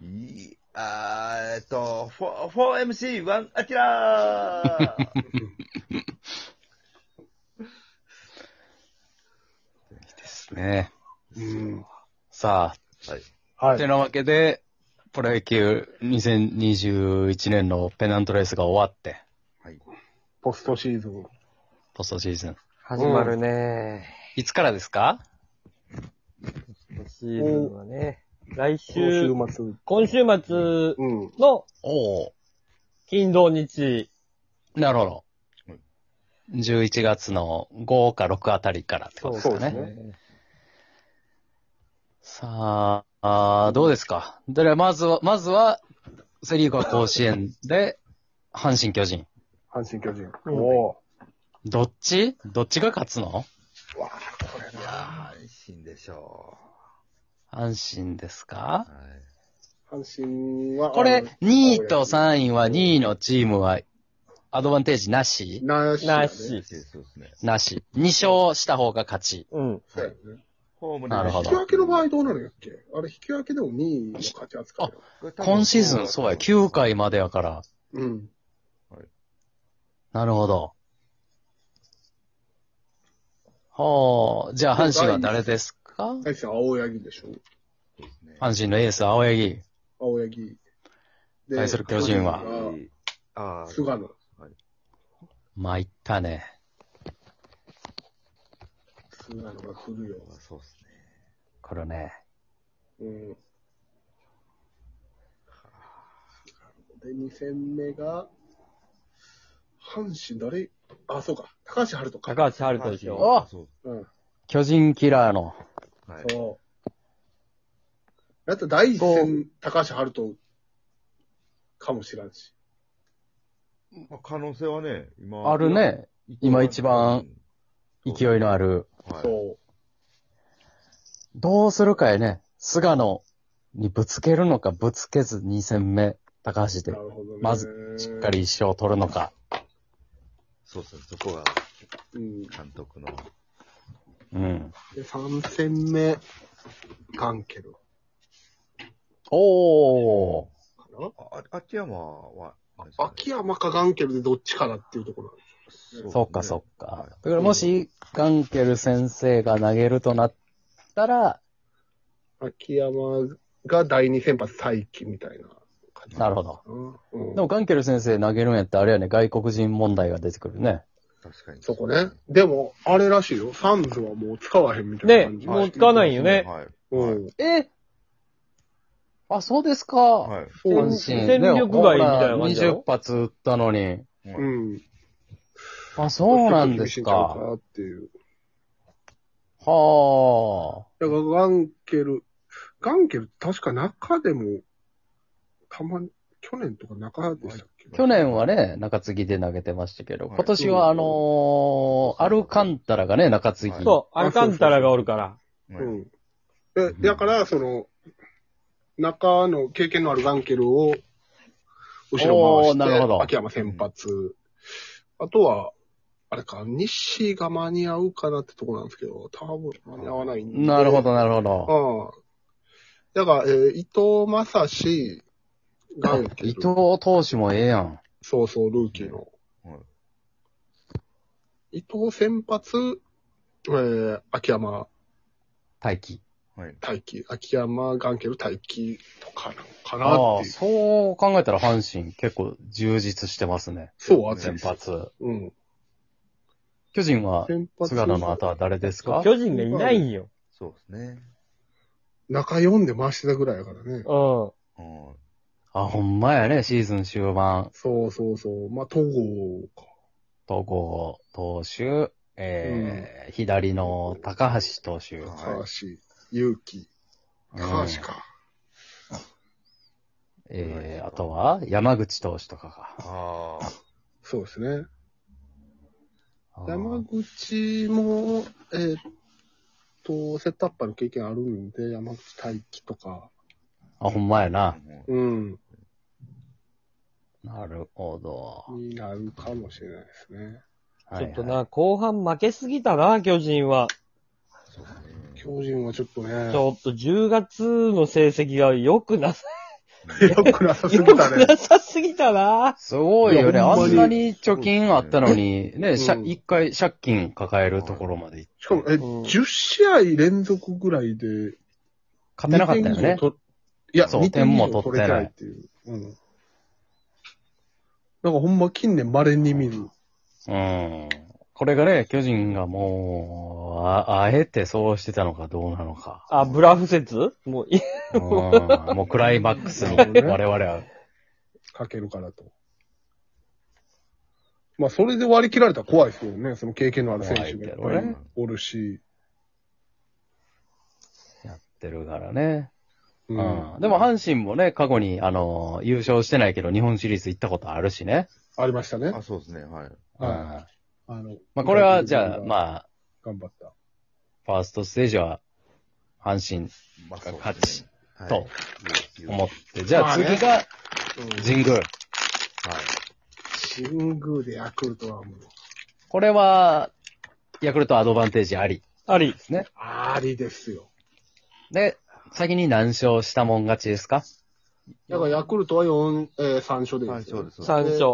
いあーえっと、フォ 4MC1 アキラーですね。うん。さはい。はあ、てい。なわけで、プロ野球2021年のペナントレースが終わって、はい。ポストシーズン。ポストシーズン。始まるね。いつからですかシーズンはね。来週、今週末。今週末うん。のおお金土日。なるほど。11月の5か6あたりからってことですそうかね。ですねさあ、あーどうですかではまずは、まずは、セリーグは甲子園で、阪神巨人。阪神巨人。うんおぉ。どっちどっちが勝つのいやー、安心でしょ阪神ですう。かは阪神は、これ、2位と位。 3位は2位のチームは、アドバンテージなしなし。な嬉し。しいそうですね。なし。2勝した方が勝ち。うん。そうやねホームなるほ引どき分けの場合どうなるんやっけあれ、引き分けでも2位の勝ち扱いや。今シーズン、そうや、9回までやから。うん。なるほど。ほう。じゃあ、阪神は誰ですか大して青柳でしょ阪神のエース、青柳。青柳。で対する巨人はあー菅野。参ったね。菅野が来るよ。そうですね。これね。うん。で、2戦目が、阪神誰あ、そうか。高橋春人か。高橋春人でしょ。あそううん。巨人キラーの。はい。そう。だって第一戦、高橋春人かもしらんし。まあ可能性はね、今。ある。ね。今一番。勢いのある。はい。そどうするかやね。菅野にぶつけるのか、ぶつけず2戦目、高橋う。でな、るほどね。まずしっか。り1勝取るのか。そうですね。そこがうん。監督の。うん。で、3戦目、ガンケルおー。かな。あ、あ秋山は、秋山かガンケルでどっちかなっていうところ。そっかそそっうか。だからもし、ガンケル先生が投げるとなったら、秋山が第2先発再起みたいな感じなるほど。うんでもガンケル先生投げるんやったらあれやね、外国人問題が出てくるね。確かに。そこね。でも、あれらしいよ。サンズはもう使わへんみたいなね、感じ。もう使わないよね。はい。うん。えあ、そうですか。はい。そう阪で神す。戦力外みたいな感じだよ20発打ったのに。うん。あ、そうなんでちょっと厳しいすか。んちゃうっていう。はだから、ガンケル、ガンケル確か中でも、たまに、去年とか中でしたっけあ。去年はね、中継ぎで投げてましたけど、はい今年はあのー、アルカンタラがね、中継ぎ。はいそう、アルカンタラがおるから。はういん。で、だから、その、中の経験のあるガンケルを、後ろ回おーなるしほて、ど秋山先発。あとは、あれか、西が間に合うかなってとこなんですけど、多分間に合わないんで。なるほど、なるほど。ど。うん。だから、えー伊藤正史、ガンケル。伊藤投手もええやん。そうそう、ルーキーの。はい伊藤先発、えー、秋山大輝。はい。大輝、秋山ガンケル大輝とかなのかなあっあ、ていう。そう考えたら阪神結構充実してますね。そう、熱い先です。発。うん。巨人は、先発。菅野の後は誰ですか巨人がいないんよ。そうですね。中4で回してたぐらいやからね。うん。うん。あ、ほんまやね、シーズン終盤。そうそうそう。まあ、東郷か。戸郷投手、えー左の高橋投手。はい高橋、勇気、高橋か。えー、あとは山口投手とかああ。そうですね。が。山口も、えーっと、セットアッパーの経験あるんで、山口大輝とか。あ、ほんまやな。うん。なるほど。になるかもしれないですね。はいちょはいっとな、後半負けすぎたな、巨人は。そうですね。巨人はちょっとねち、ょっと10月の成績が良くなさよくなさすぎよくたね。なさすぎたな。すごいよいね。やあほんまんになに貯金あったのに、ね、しゃうん一回借金抱えるところまで行ってしかも、え、うん10試合連続ぐらいで、勝てなかったよね2点以上。取いや、そう2点も点も取れ取っててなないいっていう。うん。なんかほんま近年稀に見る。うん。これがね、巨人がもう、あ、あえてそうしてたのかどうなのか。あ、ブラフ説もう、いうんもうクライマックスに我々は。かけるからと。まあ、それで割り切られたら怖いですけどね、その経験のある選手がいっぱ怖いけどいねおるし。やってるからね。ううん。でも阪神もね、過去に、あの、優勝してないけど日本シリーズ行ったことあるしね。ありましたね。あ、そうですね、はい。うん。はまあの、あこれは、じゃあ、あ。まあ、頑張った。ファーストステージは、阪神まあ、勝ちはいと思はって。じゃまああね次が、うん。神宮。神宮でヤクルトはもう、これは、ヤクルトアドバンテージあり。 あり。ありですよ。で、先に何勝したもん勝ちですかだからヤクルトは4、えー、3勝でい。いいはでい、すそようです。 3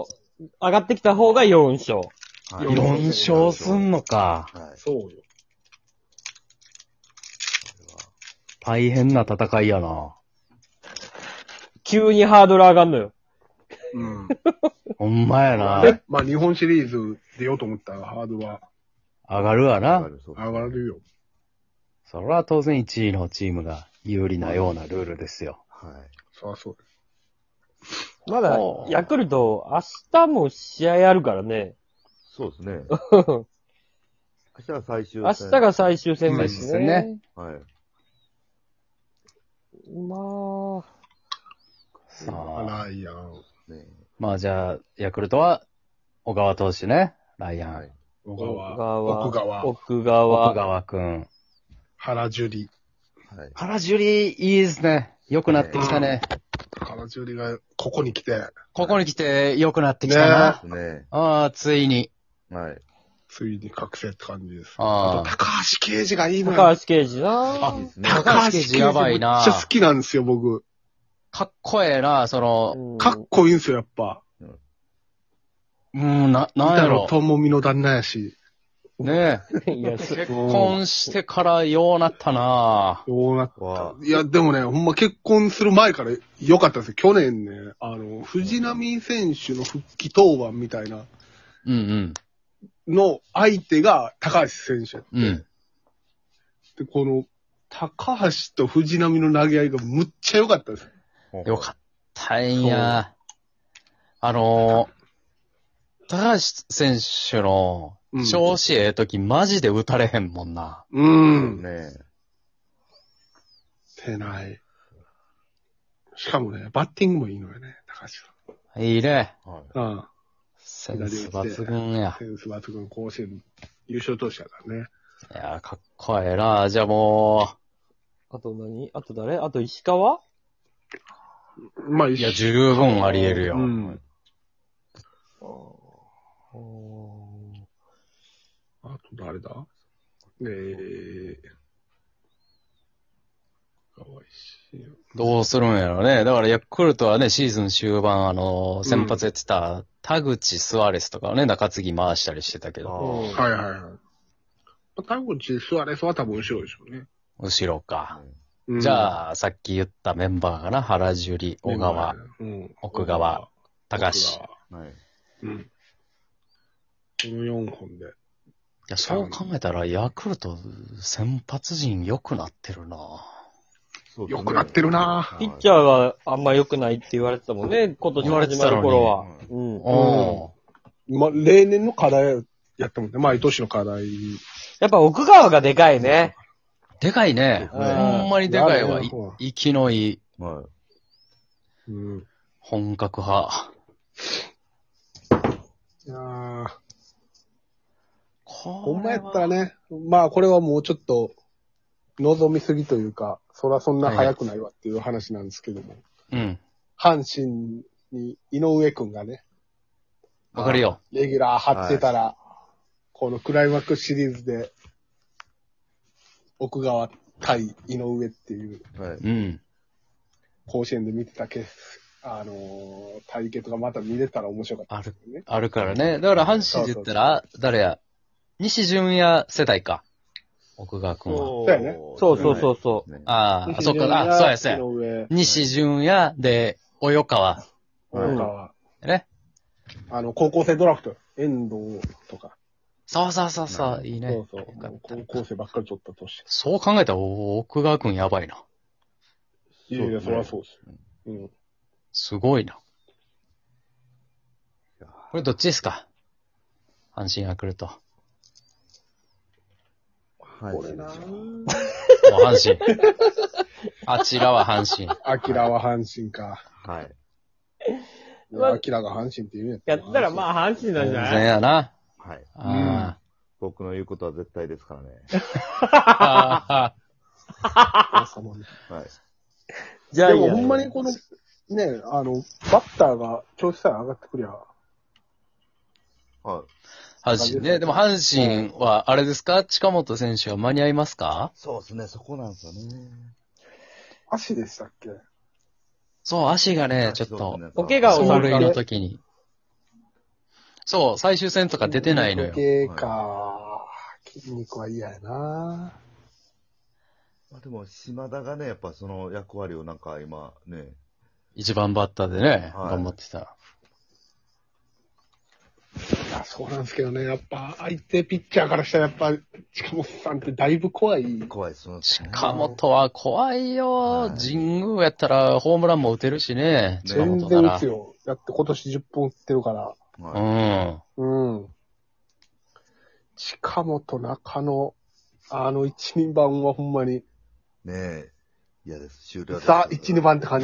勝。上がってきた方が4勝。はいろん4勝すんのか。はい。そうよ。大変な戦いやな。急にハードル上がんのよ。うん。ほんまやな。ねまあ、日本シリーズ出ようと思ったらハードは上がるわな。上がるよ。それは当然1位のチームが有利なようなルールですよ。はい。そりゃそうでまだお、うヤクルト、明日も試合あるからね。そうですね。明明日が最終戦。日が最終戦だ最し終戦ねね。はい。まあ、さす。あ、ライアン、ねまあじゃあ、ヤクルトは、小川投手ね。ライアン。はい小奥川、川。奥川、奥川。奥川くん。原樹里。はい。原樹里、いいですね。良くなってきたね。原樹里がここに来て、ここに来て良くなってきたな。ねああ、ついに。はい。ついに覚醒って感じです。ああと高橋啓治がいいの高よ。橋啓治なあいいですね。高橋高橋啓啓治治やばめっいちなゃ好きなんですよ、僕。かっこええな、その、うんかっこいいんですよ、やっぱ。うん、な、なんや板ろ野。友美の旦那やし。ねえ。いや、す結婚してからようなったなどうなっわいや、でもね、ほんま結婚する前から良かったですよ。去年ね、あの、藤波選手の復帰登板みたいなうんの相手が高橋選手やって、うん。うん。で、この、高橋と藤波の投げ合いがむっちゃ良かったです。よかったんや。あのー、高橋選手のうん調子ええ時、マジで打たれへんもんな。う。うんねてない。しかもね、バッティングもいいのよね、高橋いいね。はい。さん。うん。センス抜群やセ。ンス抜群、甲子園優勝投手やからね。いや、かっこええなじゃあもあと何あと誰あと石川まあ、う、いや、一緒十分あり得るよ。うん。おーあと誰だえー。かわいいし。どうするんやろね。だからヤクルトはね、シーズン終盤、あの、先発やってた、田口スアレスとかをね、中継ぎ回したりしてたけど、あはいはいはい。田口スアレスは多分後ろでしょうね。後ろか。うんじゃあ、さっき言ったメンバーかな。原樹里、小川、、うん奥川、高橋。い奥あ。はい。川うん。この4本で。や、そう考えたら、ヤクルト、先発陣良くなってるなそうよくなってるなぁピッチャーがあんま良くないって言われてたもんね、今年言われ始てまたのるに頃は。う。うんおま、例年の課題やったもんね。毎年の課題。やっぱ奥川がでかいね。でかいね。うほんんまにでかいわ。うんい息のいいはい。うん。本格派。いやーほほんまやったらね、まあこれはもうちょっと、望みすぎというか、そらそんな早くないわっていう話なんですけども。うん。阪神に井上くんがね、わかるよ。レギュラー張ってたら、このクライマックスシリーズで、奥川対井上っていう、はい。うん。甲子園で見てたけあのー対決がまた見れたら面白かったあるですね。あるからね。だから、阪神で言ったら、誰や西純也世代か。奥川君は。そうだよねそうそうそうそう。ねああ、そうか、あ、そうや、そうや。井上西純也で、及川。なんか、ね。あの、高校生ドラフト、遠藤とか、そうそうそうそう、いいね。そうそうよかっ、た高校生ばっかり取った年。そう考えたら、お奥川君やばいな。いやいや、そりゃそうです。うん。すごいな。これどっちですか阪神ヤクルト。もこれなぁ。う阪神。あちらは阪神。アキラは阪神か。はい。うわアキラが阪神って言うんやったらまあ。あ、阪神なん全じゃ然ないやな。はい。あ僕の言うことは絶対ですからね。ーあそうそうはい。じでもほんまにこの、ね、あの、バッターが調子さえ上がってくりゃ、はい。ー。阪神ね。でも阪神は、あれですか近本選手は間に合いますかそうですね、そこなんですよね。足でしたっけそう、足がね、ちょっと、お怪我走を塁の時に。そう、最終戦とか出てないのよ。筋肉系か。筋肉は嫌やなまあでも、島田がね、やっぱその役割をなんか今、ね、一番バッターでね、はい頑張ってた。いや、そうなんですけどね、やっぱ相手ピッチャーからしたらやっぱ近本さんってだいぶ怖い。怖いですね。近本は怖いよは。い神宮やったらホームランも打てるしね。近全本な然打らつ。よ。だって今年10本打ってるから。うはい。ん。うん。近本中野、あの一人番はほんまに、ねえ、嫌です。終了ですザ一人番って感じ。